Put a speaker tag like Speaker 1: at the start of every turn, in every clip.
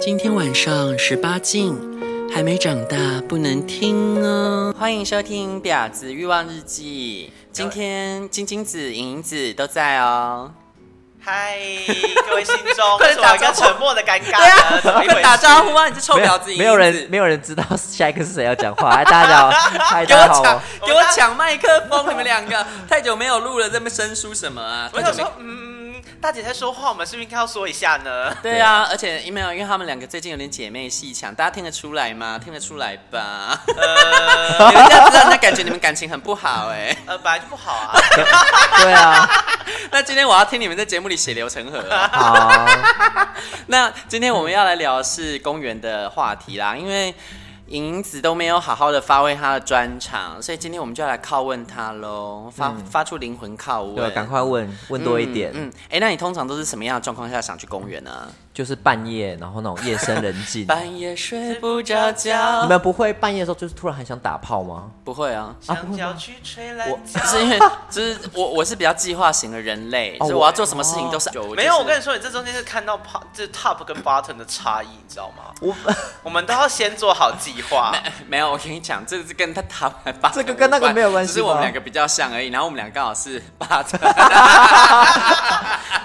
Speaker 1: 今天晚上十八禁，还没长大不能听哦。欢迎收听《婊子欲望日记》，今天金金子、银银子都在哦。
Speaker 2: 嗨，各位信 众，
Speaker 1: 快点
Speaker 2: 为什么
Speaker 1: 打
Speaker 2: 有一个
Speaker 1: 招呼
Speaker 2: 沉默的尴尬
Speaker 3: 啊
Speaker 2: 呢？怎么一回
Speaker 1: 快
Speaker 2: 事？
Speaker 1: 打招呼啊！你这臭
Speaker 3: 没有
Speaker 1: 婊子，
Speaker 3: 没有
Speaker 1: 银
Speaker 3: 人
Speaker 1: 子
Speaker 3: 没有人知道下一个是谁要讲话。哎，大家好，嗨，
Speaker 1: 给
Speaker 3: 大
Speaker 1: 我
Speaker 3: 家好，
Speaker 1: 抢
Speaker 3: 我，
Speaker 1: 给我抢麦克风！你们两个太久没有录了，这么生疏什么啊？
Speaker 2: 我
Speaker 1: 太
Speaker 2: 想
Speaker 1: 久没
Speaker 2: 说，嗯，大姐在说话，我们是不是应该要说一下呢？
Speaker 1: 对啊，而且因为因为他们两个最近有点姐妹戏腔，大家听得出来
Speaker 3: 嗯
Speaker 1: 吗？听得出来吧？
Speaker 3: 呃
Speaker 1: 你们这样子让人家感觉你们感情很不好哎、
Speaker 2: 呃，本来就不好啊。
Speaker 3: 对啊，
Speaker 1: 那今天我要听你们在节目里血流成河哦、
Speaker 3: 好，
Speaker 1: 那今天我们要来聊的是公园的话题啦，因为银子都没有好好的发挥她的专长，所以今天我们就要来拷问她喽，发、发出灵魂拷
Speaker 3: 嗯对，啊
Speaker 1: 问，嗯
Speaker 3: 赶快问问多一点，嗯
Speaker 1: 嗯，哎、诶那你通常都是什么样的状况下想去公园呢、
Speaker 3: 就是半夜，然后那种夜深人 静，你
Speaker 1: 半夜睡不着觉，
Speaker 3: 们不会半夜的时候就是突然很想打炮吗？
Speaker 1: 不会啊。
Speaker 2: 香蕉去吹蓝
Speaker 1: 就
Speaker 2: 椒。
Speaker 1: 是 因为，就是我我是比较计划型的人类，
Speaker 3: 哦
Speaker 1: 所以我要做什么事情都是
Speaker 2: 没有，我跟
Speaker 1: 你
Speaker 2: 你说，你这中间是看到 po- 这 top 跟 bottom 的差异，你知道吗？我 我们都要先做好计 划。
Speaker 1: 没有，我跟你讲，这个是跟他他爸，
Speaker 3: 这个跟那个没有关系吧
Speaker 1: 只是我们两个比较像而已。然后我们俩刚好是 八成，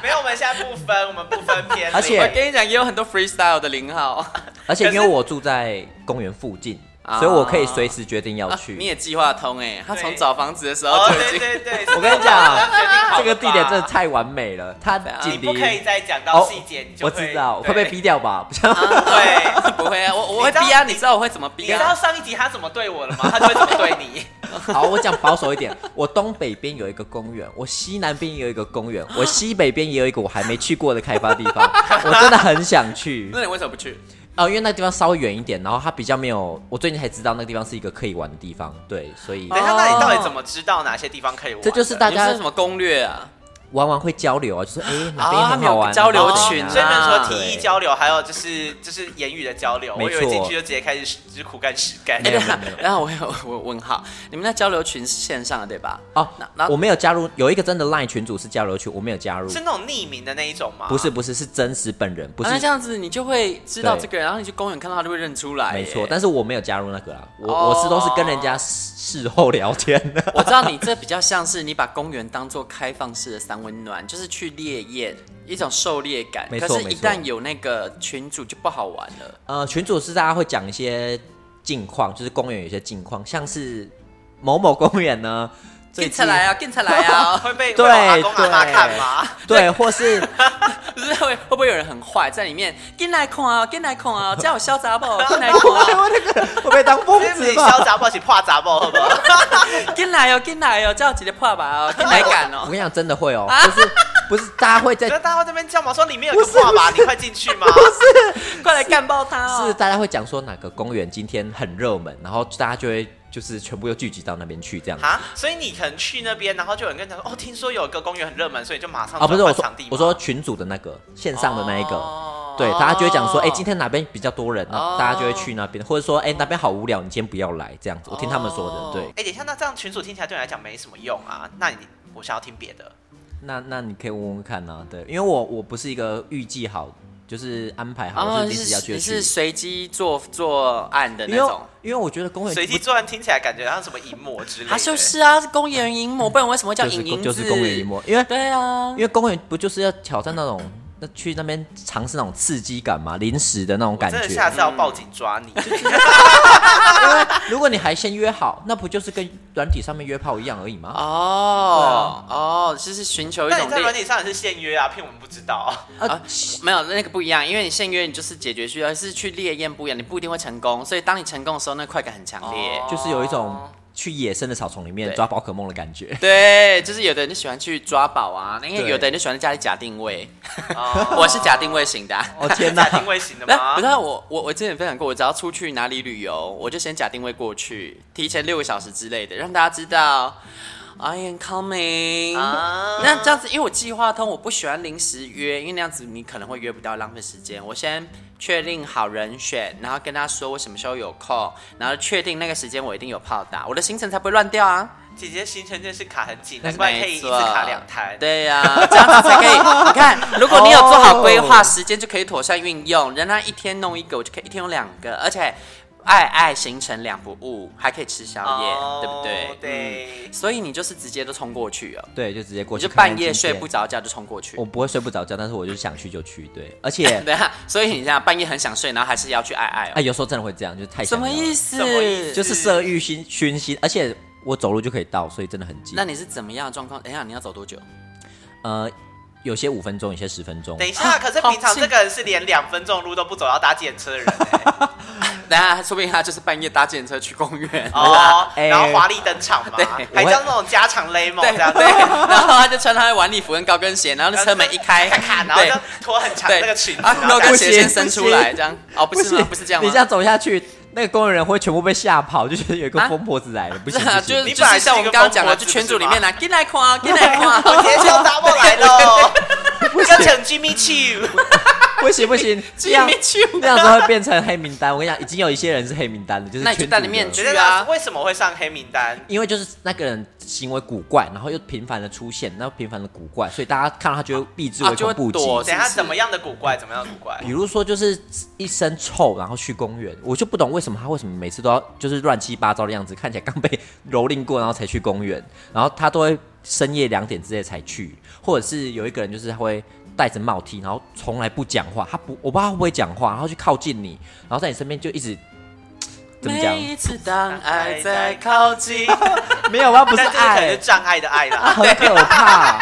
Speaker 2: 没有，我们现在不分，我们不分偏离。
Speaker 3: 而且
Speaker 1: 我跟你讲，也有很多 freestyle 的零号，
Speaker 3: 而且因为我住在公园附近，
Speaker 1: 啊
Speaker 3: 所以我可以随时决定要
Speaker 1: 啊你
Speaker 3: 去。
Speaker 1: 也计划通哎、他从
Speaker 2: 对
Speaker 1: 找房子的时候
Speaker 2: 哦，
Speaker 1: 就已
Speaker 2: 对
Speaker 1: 经，
Speaker 2: 对对，
Speaker 3: 我跟你讲
Speaker 2: 决定好了吧
Speaker 3: 啊这个地点真的太完美了，它
Speaker 2: 啊你
Speaker 3: 紧
Speaker 2: 不
Speaker 3: 离
Speaker 2: 可以再讲到细节，你就
Speaker 3: 哦我
Speaker 2: 会
Speaker 3: 知道，我会
Speaker 2: 对
Speaker 3: 被逼掉 吧？不像
Speaker 2: 哦 对。
Speaker 1: 不会啊，我我会
Speaker 2: 你知道
Speaker 1: 逼啊，你知道我会怎么
Speaker 2: 你
Speaker 1: 逼
Speaker 2: 知道
Speaker 1: 啊？
Speaker 2: 上一集他怎么对我了吗？他就会怎么对 你。
Speaker 3: 好，我讲保守一点，我东北边有一个公园，我西南边也有一个公园，我西北边也有一个我还没去过的开发地方，我真的很想去。
Speaker 1: 那你为什么不去？
Speaker 3: 哦，因为那个地方稍微远一点，然后它比较没有，我最近才知道那个地方是一个可以玩的地方，对，所以
Speaker 2: 等一下，那你到底怎么知道哪些地方可以玩的？
Speaker 3: 这就是大
Speaker 1: 哦你们
Speaker 3: 家
Speaker 1: 是什么攻略啊？
Speaker 3: 玩完会交流啊，就是哎、诶哪
Speaker 1: 哦
Speaker 3: 边
Speaker 1: 他
Speaker 3: 很
Speaker 1: 们有
Speaker 3: 好玩，
Speaker 1: 交流
Speaker 3: 哪边
Speaker 1: 群啊
Speaker 3: 好玩
Speaker 2: 所以
Speaker 1: 那
Speaker 2: 那
Speaker 1: 时
Speaker 2: 时
Speaker 1: 候
Speaker 2: 候
Speaker 3: 对
Speaker 2: 提议交流，还有就是就是言语的交流。
Speaker 3: 没
Speaker 2: 我以为
Speaker 3: 错
Speaker 2: 进去就直接开始就是苦干实干。
Speaker 1: 哎、
Speaker 3: 没有
Speaker 1: 对
Speaker 3: 没有
Speaker 1: 啊
Speaker 3: 没有，
Speaker 1: 然后我有我问号，你们那交流群是线上的对吧？
Speaker 3: 哦
Speaker 1: 那那，
Speaker 3: 我没有加入，有一个真的 LINE 群组是交流群，我没有加入，
Speaker 2: 是那种匿名的那一种吗？
Speaker 3: 不是，不是是真实本人，不
Speaker 1: 啊那这
Speaker 3: 是。
Speaker 1: 样子你就会知道
Speaker 3: 对
Speaker 1: 这个人，然后你去公园看到他就会认出来耶。
Speaker 3: 没错，但是我没有加入那个啦，我、
Speaker 1: 哎哦
Speaker 3: 我是都是跟人家事事后聊天的。
Speaker 1: 我知道你这比较像是你把公园当做开放式的三温暖，就是去烈焰，一种狩猎感。
Speaker 3: 没
Speaker 1: 可
Speaker 3: 错
Speaker 1: 是，一
Speaker 3: 没错
Speaker 1: 旦有那个群主就不好玩了。
Speaker 3: 呃，群主是大家会讲一些近况，就是公园有一些近况，像是某某公园呢，最
Speaker 1: 进
Speaker 3: 近
Speaker 1: 才来啊，进才来啊！
Speaker 2: 会被
Speaker 3: 对
Speaker 2: 会有阿公阿妈
Speaker 3: 对
Speaker 2: 看吗？
Speaker 3: 对，或是
Speaker 1: 就是会会不会有人很坏在里面？进来看啊，进来看啊，叫我潇洒 不？进来看啊，
Speaker 3: 会被当疯
Speaker 2: 自
Speaker 3: 子
Speaker 2: 己
Speaker 3: 吧
Speaker 2: 潇？洒报喜，破杂报，好不好？
Speaker 1: 进来哦，进来哦，叫我直接破吧哦，进来赶
Speaker 3: 我
Speaker 1: 哦
Speaker 3: 跟。你讲，真的会 哦，不是不是，大家会在
Speaker 2: 就大家会在那边叫嘛，说里面有
Speaker 3: 不
Speaker 2: 个
Speaker 3: 是
Speaker 2: 画吧，你快进去吗？
Speaker 1: 快来干爆他
Speaker 3: 是
Speaker 1: 哦！
Speaker 3: 大家会讲说哪个公园今天很热门，然后大家就会就是全部又聚集到那边去这样。
Speaker 2: 啊，所以你可能去那边，然后就有人跟你讲说，哦，听说有个公园很热门，所以就马上
Speaker 3: 啊，不是
Speaker 2: 转
Speaker 3: 我
Speaker 2: 换
Speaker 3: 说
Speaker 2: 场地吗
Speaker 3: 我说群组的那个线上的那一个，
Speaker 1: 哦
Speaker 3: 对，大家就会讲说，哎、今
Speaker 1: 天
Speaker 3: 天哪边比较多人，
Speaker 1: 哦
Speaker 3: 那大家就会去那边，或者说，哎、哪边好无聊，你今天不要来这样子。我听他们说
Speaker 1: 哦
Speaker 3: 的，对。
Speaker 2: 哎，等一下，那这样群主听起来对你来讲没什么用啊？那你我想要听别的。
Speaker 3: 那那你可以问问看啊，对，因为我我不是一个预计好，就是安排好，
Speaker 1: 哦，
Speaker 3: 就是
Speaker 1: 你
Speaker 3: 临时要去
Speaker 1: 是
Speaker 3: 的
Speaker 1: 你
Speaker 3: 去
Speaker 1: 是。随机做做案的那
Speaker 3: 因为
Speaker 1: 种。
Speaker 3: 因为我觉得公园
Speaker 2: 随机
Speaker 3: 不
Speaker 2: 作案听起来感觉像什么淫魔之类的。
Speaker 1: 他就是啊，是公园淫魔，不然为什么叫
Speaker 3: 就
Speaker 1: 影
Speaker 3: 是
Speaker 1: 影子？
Speaker 3: 就是公园一摸，因为
Speaker 1: 对啊
Speaker 3: 因，为公园不就是要挑战那种那去那边尝试那种刺激感嘛，临时的那种
Speaker 2: 我
Speaker 3: 感
Speaker 2: 真的
Speaker 3: 觉。
Speaker 2: 下次要报警
Speaker 1: 嗯
Speaker 2: 抓 你。
Speaker 3: 如果你还先约好，那不就是跟软体上面约炮一样而已吗？
Speaker 1: 哦、
Speaker 3: 啊
Speaker 1: 哦，就是寻求一
Speaker 2: 那
Speaker 1: 种
Speaker 2: 你在软
Speaker 1: 猎
Speaker 2: 体上也是现约啊，骗我们不知 道。
Speaker 3: 啊，
Speaker 1: 没有那个不一样，因为你现约你就是解决需要，是去烈焰不一样，你不一定会成功，所以当你成功的时候，那快感很强烈。
Speaker 2: 哦
Speaker 3: 就是有一种去野生的草丛里面
Speaker 1: 对
Speaker 3: 抓宝可梦的感觉。
Speaker 1: 对，就是有的人就喜欢去抓宝啊，因为
Speaker 3: 对
Speaker 1: 有的人就喜欢在家里假定位，
Speaker 2: 哦
Speaker 1: 我是假定位型的、啊。
Speaker 3: 哦
Speaker 2: 是
Speaker 3: 天
Speaker 2: 假
Speaker 3: 哪！
Speaker 2: 定位型的
Speaker 1: 不是
Speaker 2: 吗？
Speaker 1: 不是，我我我之前分享过，我只要出去哪里旅游，我就先假定位过去，提前六个小时之类的，让大家知道 I am coming、
Speaker 2: 啊
Speaker 1: 那这样子，因为我计划通，我不喜欢临时约，因为那样子你可能会约不到，浪费时间。我先确定好人选，然后跟他说我什么时候有空，然后确定那个时间我一定有炮打，我的行程才不会乱掉啊。
Speaker 2: 姐姐行程真是卡很紧，难
Speaker 1: 没
Speaker 2: 怪可以一次
Speaker 1: 错
Speaker 2: 卡两台。
Speaker 1: 对呀、这样子才可以。 你看，如果你有做好规划，时间就可以妥善运用。人家一天弄一个，我就可以一天用两个，而且爱爱行程两不误，还可以吃宵夜，对不对？嗯
Speaker 2: 哦对。
Speaker 1: 所以你就是直接都冲过去了，
Speaker 3: 对，就直接过
Speaker 1: 我就
Speaker 3: 去看
Speaker 1: 半
Speaker 3: 看
Speaker 1: 夜
Speaker 3: 景点
Speaker 1: 睡不着觉就冲过去
Speaker 3: 我。不会睡不着觉，但是我就是想去就去，对，而且
Speaker 1: 对啊，所以你想半夜很想睡，然后还是要去爱爱哦。
Speaker 3: 哎，有时候真的会这样，就是太
Speaker 1: 什
Speaker 3: 想
Speaker 1: 么
Speaker 3: 要了
Speaker 1: 意思？
Speaker 2: 什么意思
Speaker 3: 就是色欲熏熏心，而且我走路就可以到，所以真的很近
Speaker 1: 那。你是怎么样的状况？等一哎下你要走多久？
Speaker 3: 呃，有些五分钟，有些十分钟
Speaker 2: 等，一
Speaker 1: 哦
Speaker 2: 下，可是平常这个人是连两分钟路都不走，要搭检车 的人欸
Speaker 1: 等一下，说不定他就是半夜搭自行车去公园。
Speaker 2: 哦，
Speaker 3: 哎
Speaker 2: 然后华丽登场嘛
Speaker 1: 对，
Speaker 2: 还
Speaker 3: 我会
Speaker 2: 叫那种家常勒猛
Speaker 1: 对
Speaker 2: 这样子
Speaker 1: 对，， 然后他就穿他的晚礼服跟高跟鞋，然后那车门一开，
Speaker 2: 咔咔，然后就拖很长
Speaker 1: 对
Speaker 2: 那个裙子，
Speaker 1: 啊
Speaker 2: 然，后
Speaker 1: 高
Speaker 2: 这样
Speaker 1: 跟
Speaker 3: 不
Speaker 1: 鞋先
Speaker 3: 行
Speaker 1: 伸
Speaker 3: 不
Speaker 1: 出
Speaker 3: 行
Speaker 1: 来这样。哦，不是吗？
Speaker 3: 行
Speaker 1: 不是这样吗？
Speaker 3: 你这样走下去，那个工人会全部被吓跑，就觉得有一个
Speaker 1: 啊
Speaker 3: 疯婆子来了，不
Speaker 1: 不
Speaker 3: 行
Speaker 1: 是啊，
Speaker 3: 不
Speaker 1: 就是
Speaker 3: 行，
Speaker 2: 你
Speaker 1: 就
Speaker 2: 本
Speaker 1: 是
Speaker 2: 来是
Speaker 1: 像我
Speaker 2: 一
Speaker 1: 们
Speaker 2: 个
Speaker 1: 刚刚
Speaker 2: 疯
Speaker 1: 讲
Speaker 2: 婆
Speaker 1: 的，
Speaker 2: 子
Speaker 1: 就群
Speaker 2: 不
Speaker 1: 组
Speaker 2: 是
Speaker 1: 里面
Speaker 2: 吗
Speaker 1: 来进来看啊，进来看啊。
Speaker 2: 铁球打过来喽，要成 Jimmy Choo，
Speaker 3: 不行不行，这样
Speaker 1: Jimmy Choo
Speaker 3: 那样子会变成黑名单。我跟你讲，已经有一些人是黑名单了，就是
Speaker 1: 那你就
Speaker 3: 圈
Speaker 1: 戴
Speaker 3: 子
Speaker 1: 着面
Speaker 3: 的
Speaker 1: 具
Speaker 2: 觉得为什么会上黑名单？
Speaker 3: 因为就是那个人行为古怪，然后又频繁的出现，然后频繁的古怪，所以大家看到他就会避之
Speaker 1: 啊
Speaker 3: 唯
Speaker 1: 就会
Speaker 3: 恐不及。
Speaker 1: 躲
Speaker 2: 等一下怎么样的古怪，怎么样的古怪
Speaker 3: 比？如说，就是一身臭，然后去公园，我就不懂为什么他为什么每次都要就是乱七八糟的样子，看起来刚被蹂躏过，然后才去公园，然后他都会深夜两点之类才去，或者是有一个人就是他会戴着帽 T，然后从来不讲话，他不我不知道他会不会讲话，然后去靠近你，然后在你身边就一直怎么讲？
Speaker 1: 每一次当爱在靠近，
Speaker 3: 没有吧，不是
Speaker 2: 但这个可能是
Speaker 3: 爱，
Speaker 2: 障碍的爱啦，
Speaker 3: 很可怕，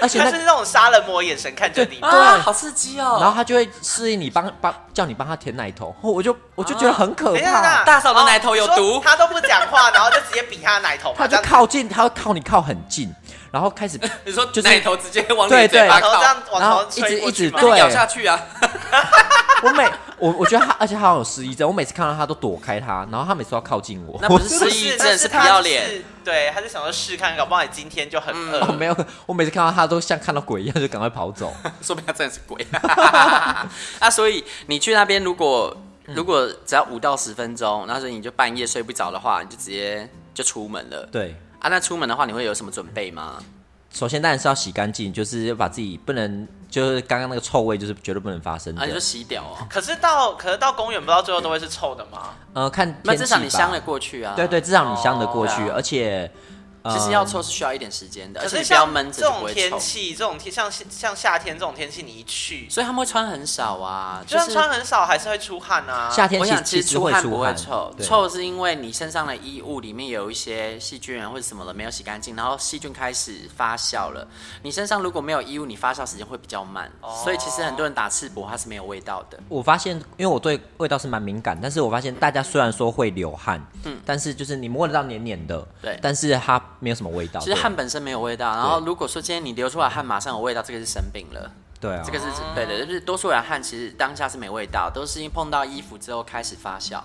Speaker 3: 而且
Speaker 2: 他
Speaker 3: 那
Speaker 2: 是那种杀人魔眼神看着你，
Speaker 1: 啊，好刺激哦。
Speaker 3: 然后他就会示意你帮帮叫你帮他舔奶头，哦我就我就觉得很可
Speaker 2: 等一下，
Speaker 3: 怕
Speaker 2: 那。
Speaker 1: 大嫂的奶头有
Speaker 2: 哦你说
Speaker 1: 毒
Speaker 2: 他都不讲话，然后就直接比他的奶头嘛，
Speaker 3: 他就
Speaker 2: 这样子
Speaker 3: 靠近，他会靠你靠很近，然后开始，
Speaker 1: 你说
Speaker 3: 就是
Speaker 1: 奶头直接往
Speaker 3: 对
Speaker 1: 你嘴巴
Speaker 2: 然后
Speaker 1: 靠
Speaker 2: 这，样往
Speaker 3: 然后
Speaker 2: 头
Speaker 3: 一直
Speaker 2: 吹过
Speaker 3: 一
Speaker 2: 去
Speaker 3: 直
Speaker 2: 嘛
Speaker 1: 那你咬
Speaker 3: 对
Speaker 1: 下去啊。
Speaker 3: 我每我我觉得他，而且他好像有失忆症，我每次看到他都躲开他，然后他每次都要靠近我，
Speaker 1: 那不
Speaker 3: 我
Speaker 1: 是
Speaker 3: 真
Speaker 1: 失
Speaker 3: 的
Speaker 1: 忆
Speaker 2: 是
Speaker 1: 症
Speaker 2: 但
Speaker 1: 是
Speaker 2: 是
Speaker 1: 不
Speaker 2: 他
Speaker 1: 要
Speaker 2: 是
Speaker 1: 脸，嗯
Speaker 2: 对，他就想说试看，搞不好你今天就很饿。
Speaker 3: 哦没有，我每次看到他都像看到鬼一样，就赶快跑走。
Speaker 1: 说不定他真的是鬼。啊，所以你去那边如果
Speaker 3: 嗯
Speaker 1: 如果只要五到十分钟，然后所以你就半夜睡不着的话，你就直接就出门了。
Speaker 3: 对，
Speaker 1: 啊，那出门的话你会有什么准备吗？
Speaker 3: 首先当然是要洗干净，就是把自己不能，就是刚刚那个臭味就是绝对不能发生的。
Speaker 1: 啊，你就洗掉哦。
Speaker 2: 可是到可是到公园，不到最后都会是臭的吗？
Speaker 3: 呃，看天气吧。
Speaker 1: 那至少你香了过去啊。
Speaker 3: 对对，，至少你香得过去，
Speaker 1: 哦
Speaker 3: 而且呃
Speaker 1: 其实要臭是需要一点时间的，
Speaker 2: 可
Speaker 1: 而且
Speaker 2: 是
Speaker 1: 你不要
Speaker 2: 像
Speaker 1: 闷
Speaker 2: 这
Speaker 1: 着就不
Speaker 2: 种
Speaker 1: 会
Speaker 2: 天
Speaker 1: 臭。
Speaker 2: 气，这种天像像夏天这种天气，你一去，
Speaker 1: 所以他们会穿很少啊，
Speaker 2: 就
Speaker 1: 就
Speaker 2: 算
Speaker 1: 是
Speaker 2: 穿很少，还是会出汗啊。
Speaker 3: 夏天
Speaker 1: 我
Speaker 3: 其
Speaker 1: 想
Speaker 3: 其
Speaker 1: 其
Speaker 3: 实
Speaker 1: 出汗不
Speaker 3: 出
Speaker 1: 会
Speaker 3: 汗，
Speaker 1: 臭，
Speaker 3: 对
Speaker 1: 臭是因为你身上的衣物里面有一些细菌啊或者什么的没有洗干净，然后细菌开始发酵了。你身上如果没有衣物，你发酵时间会比较慢，
Speaker 3: 哦
Speaker 1: 所以其实很多人打赤膊它是没有味道的。
Speaker 3: 我发现，因为我对味道是蛮敏感，但是我发现大家虽然说会流汗，嗯，但是就是你摸得到黏黏的，
Speaker 1: 对
Speaker 3: 但是它没有什么味道。
Speaker 1: 其实
Speaker 3: 对
Speaker 1: 汗本身没有味道，然后如果说今天你流出来汗马上有味道，这个是生病了。
Speaker 3: 对啊，
Speaker 1: 这个是对的，就是多数人汗其实当下是没味道，都是因为碰到衣服之后开始发 酵。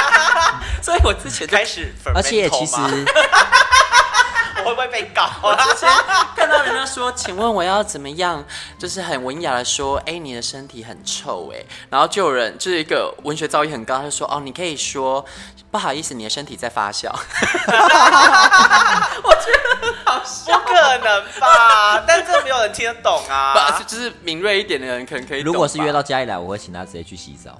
Speaker 1: 所以我之前就
Speaker 2: 开始，
Speaker 3: 而且其实
Speaker 2: 我会不会被告
Speaker 1: 我
Speaker 2: 啊？
Speaker 1: 之 前看到人家说，请问我要怎么样？就是很文雅的说，哎、你的身体很臭、哎，然后就有人就是一个文学造诣很高，他就说，哦，你可以说不好意思，你的身体在发 酵。
Speaker 2: 不可能 吧？但这没有人听得懂啊
Speaker 1: 不，。就是敏锐一点的人可能可以懂吧。
Speaker 3: 如果是约到家里来，我会请他直接去洗澡。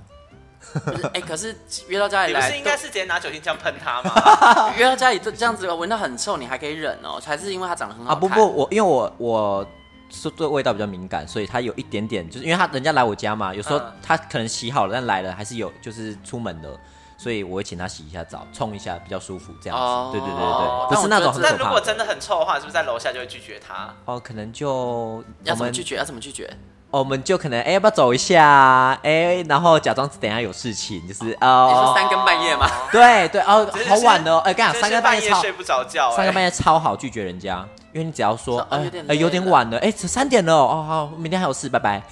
Speaker 1: 不是，哎、可是约到家里
Speaker 2: 你不
Speaker 1: 来，
Speaker 2: 是应该是直接拿酒精这样喷 他吗？
Speaker 1: 都约到家里就这样子闻到很臭，你还可以忍哦，还是因为他长得很好
Speaker 3: 啊不
Speaker 1: 看
Speaker 3: 不，，我因为我我是对味道比较敏感，所以他有一点点，就是因为他人家来我家嘛，有时候
Speaker 2: 嗯
Speaker 3: 他可能洗好了，但来了还是有就是出门了。所以我会请他洗一下澡，冲一下比较舒服，这样子。
Speaker 1: 哦
Speaker 3: 对对对
Speaker 1: 哦
Speaker 3: 对，不是那种很可
Speaker 2: 那
Speaker 3: 怕的。
Speaker 2: 如果真的很臭的话，是不是在楼下就会拒绝他？
Speaker 3: 哦，可能就
Speaker 1: 要怎
Speaker 3: 我
Speaker 1: 么
Speaker 3: 们
Speaker 1: 拒绝？要怎么拒绝？
Speaker 3: 我们就可能哎、要不要走一下啊？哎、然后假装等一下有事情，就是
Speaker 1: 你
Speaker 3: 哦
Speaker 1: 说，三更半夜吗？
Speaker 3: 对对哦
Speaker 2: 只是，
Speaker 3: 好晚了哦，哎、
Speaker 2: 真
Speaker 3: 刚讲
Speaker 2: 是
Speaker 3: 三更
Speaker 2: 半
Speaker 3: 半
Speaker 2: 夜
Speaker 3: 夜超，
Speaker 2: 睡不着觉，哎
Speaker 3: 三更半
Speaker 2: 夜。
Speaker 3: 夜超好拒绝人家，因为你只要说
Speaker 1: 说哦
Speaker 3: 哎、
Speaker 1: 有点
Speaker 3: 哎
Speaker 1: 累
Speaker 3: 有点
Speaker 1: 了
Speaker 3: 晚了，哎、才三点了哦，哦好，明天还有事，拜拜。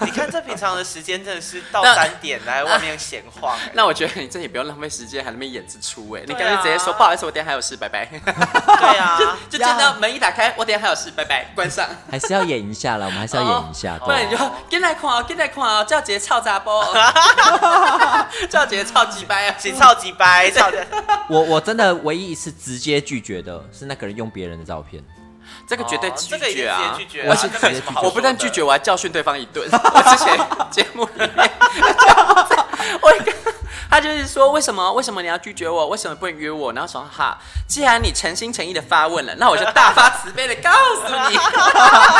Speaker 2: 你看这平常的时间真的是到
Speaker 1: 那
Speaker 2: 三点来外面闲晃、欸
Speaker 1: 那我觉得你这也不用浪费时间，还在那边演支出哎，你
Speaker 2: 对啊
Speaker 1: 干脆直接说不好意思，我等一下还有事，拜拜。
Speaker 2: 对啊，
Speaker 1: 就真的门一打开，我等一下还有事，拜拜，关上。
Speaker 3: 还是要演一下啦，我们还是要演一下。
Speaker 1: 不然你就进来看哦，进来看哦，叫姐操杂波， 叫姐操几掰啊！
Speaker 2: 请超级白，超级
Speaker 3: 我我真的唯一一次直接拒绝的是那个人用别人的照片，
Speaker 1: 这个绝对
Speaker 2: 哦
Speaker 1: 拒
Speaker 2: 这个一定
Speaker 1: 绝啊！
Speaker 2: 直接拒绝啊
Speaker 1: 我是
Speaker 2: 这没什么好
Speaker 1: 我不但
Speaker 2: 说的
Speaker 1: 拒绝，我还教训对方一 顿。我之前节目里面， 我跟他就是说，为什么为什么你要拒绝我？为什么不能约我？然后说哈，既然你诚心诚意的发问了，那我就大发慈悲的告诉你。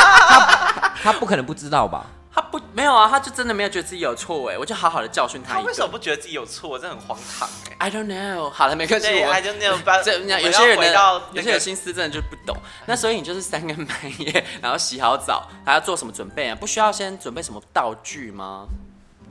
Speaker 3: 他不可能不知道吧？
Speaker 1: 他不没有啊，他就真的没有觉得自己有错哎，我就好好的教训他
Speaker 2: 他
Speaker 1: 一
Speaker 2: 为什么
Speaker 1: 顿。
Speaker 2: 不觉得自己有错？这很荒唐哎、
Speaker 1: I don't know，好了，没关系，
Speaker 2: 对，
Speaker 1: 我
Speaker 2: 还就那种
Speaker 3: 呃
Speaker 2: 把
Speaker 1: 这
Speaker 2: 我
Speaker 1: 人
Speaker 2: 们
Speaker 1: 家
Speaker 2: 要
Speaker 1: 有些人
Speaker 2: 回
Speaker 1: 的
Speaker 2: 到
Speaker 1: 有
Speaker 2: 那
Speaker 1: 些人
Speaker 2: 个
Speaker 1: 心思真的就不懂。那所以你就是 三更半夜，然后洗好澡，还要做什么准备啊？不需要先准备什么道具吗？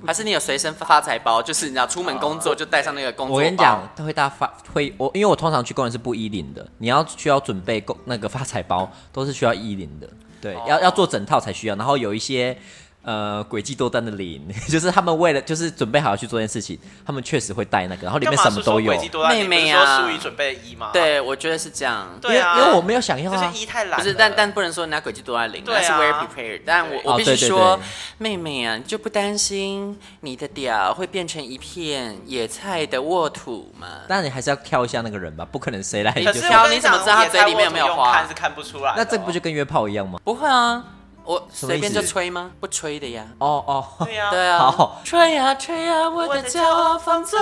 Speaker 1: 还是你有随身发财包？就是你知道出门工作就带上那个工作包。
Speaker 3: 哦我跟你讲，，他会大发会我，因为我通常去公园是不衣领的，你要需要准备公那个发 财包都是需要衣领的，对，
Speaker 2: 哦
Speaker 3: 要要做整套才需要。然后有一些呃诡计多端的领， 就是他们为了就是准备好要去做这件事情，他们确实会带那个，然后里面什么都有。因
Speaker 1: 妹妹啊
Speaker 2: 淑仪准备的一吗？
Speaker 1: 对我觉得是这样。
Speaker 2: 对啊，
Speaker 3: 为因为我没有想要
Speaker 2: 就
Speaker 3: 啊
Speaker 2: 是，一太懒了，
Speaker 1: 不是，但但不能说人家诡计多在零，
Speaker 2: 对
Speaker 1: 那
Speaker 2: 啊
Speaker 1: 是 very prepared。但我
Speaker 2: 对
Speaker 1: 我必
Speaker 3: 哦对
Speaker 1: 须
Speaker 3: 对
Speaker 1: 说
Speaker 3: 对，
Speaker 1: 妹妹啊，你就不担心你的屌会变成一片野菜的沃土吗？
Speaker 3: 但你还是要挑一下那个人吧，不可能谁来
Speaker 2: 可啊
Speaker 3: 就是
Speaker 1: 挑
Speaker 2: 我跟
Speaker 1: 你
Speaker 2: 你
Speaker 1: 怎
Speaker 2: 讲
Speaker 1: 么知道他
Speaker 2: 野
Speaker 1: 嘴
Speaker 2: 菜
Speaker 1: 里面有
Speaker 2: 我
Speaker 1: 没有啊
Speaker 2: 怎么
Speaker 1: 花
Speaker 2: 用看是看不出来的哦。
Speaker 3: 那这不就跟约炮一样吗？
Speaker 1: 不会啊，我
Speaker 3: 什么
Speaker 1: 随
Speaker 3: 意思
Speaker 1: 便就吹吗？不吹的呀。
Speaker 3: 哦哦，
Speaker 2: 对呀？
Speaker 1: 对啊，
Speaker 3: 好
Speaker 1: 吹呀、吹呀、我的骄傲放纵。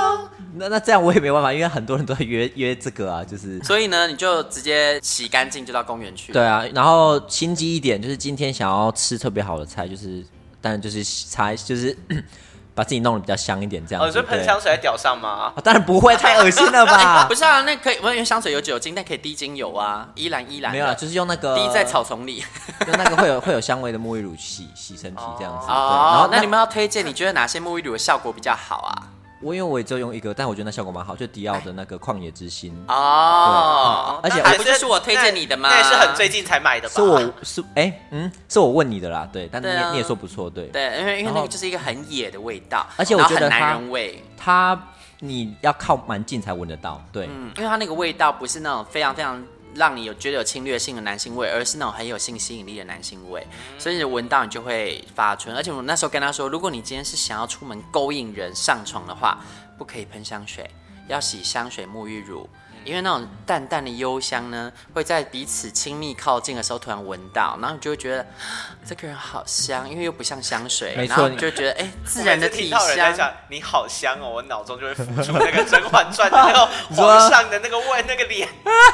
Speaker 3: 那那这样我也没办法，因为很多人都在约约这个啊，就是
Speaker 1: 所以呢，你就直接洗干净就到公园去。
Speaker 3: 对，啊，然后心机一点，就是今天想要吃特别好的菜，就是当然就是擦，就是 把自己弄得比较香一点，这样
Speaker 2: 哦，
Speaker 3: 子。
Speaker 2: 你说喷
Speaker 3: 对
Speaker 2: 香水在屌上吗？
Speaker 3: 啊当然不会，太恶心了 吧
Speaker 1: 不？是啊，那可以，我因为香水有酒精，但可以滴精油啊，依兰依兰的。
Speaker 3: 没有啦，就是用那个
Speaker 1: 滴在草丛 里。
Speaker 3: 用那个会有会有香味的沐浴乳洗洗身体这样子。对然
Speaker 1: 哦
Speaker 3: 后，
Speaker 1: 那你们要推荐，你觉得哪些沐浴乳的效果比较好啊？
Speaker 3: 我因为我也只有用一个，但我觉得那效果蛮好，就迪奥的那个旷野之心，
Speaker 1: 哦，
Speaker 3: 对而且
Speaker 1: 还
Speaker 2: 还
Speaker 1: 不就是我推荐你的吗？
Speaker 2: 那也是很最近才买的吧？
Speaker 3: 是我是哎嗯是我问你的啦，对，但你
Speaker 1: 对
Speaker 3: 也、
Speaker 1: 啊
Speaker 3: 你也说不错，对，
Speaker 1: 对，因为因为
Speaker 3: 然
Speaker 1: 那
Speaker 3: 后
Speaker 1: 个就是一个很野的味道，
Speaker 3: 而且我
Speaker 1: 然后
Speaker 3: 觉得
Speaker 1: 很
Speaker 3: 它
Speaker 1: 男人味。
Speaker 3: 它你要靠蛮近才闻得到，对，
Speaker 1: 嗯，因为它那个味道不是那种非常非常让你有觉得有侵略性的男性味，而是那种很有性吸引力的男性味，
Speaker 2: 嗯
Speaker 1: 所以你闻到你就会发春。而且我那时候跟他说，如果你今天是想要出门勾引人上床的话，不可以喷香水，要洗香水、沐浴乳。
Speaker 2: 嗯
Speaker 1: 因为那种淡淡的幽香呢，会在彼此亲密靠近的时候突然闻到，然后你就会觉得 啊这个人好香，因为又不像香水，
Speaker 3: 没
Speaker 1: 然后
Speaker 3: 错
Speaker 1: 你就觉得哎、自
Speaker 2: 我
Speaker 1: 然
Speaker 2: 每
Speaker 1: 的
Speaker 2: 次
Speaker 1: 体
Speaker 2: 听到人在
Speaker 1: 香。
Speaker 2: 讲你好香哦，我脑中就会浮出那个《甄嬛传》的那 个皇上的那个问那个脸，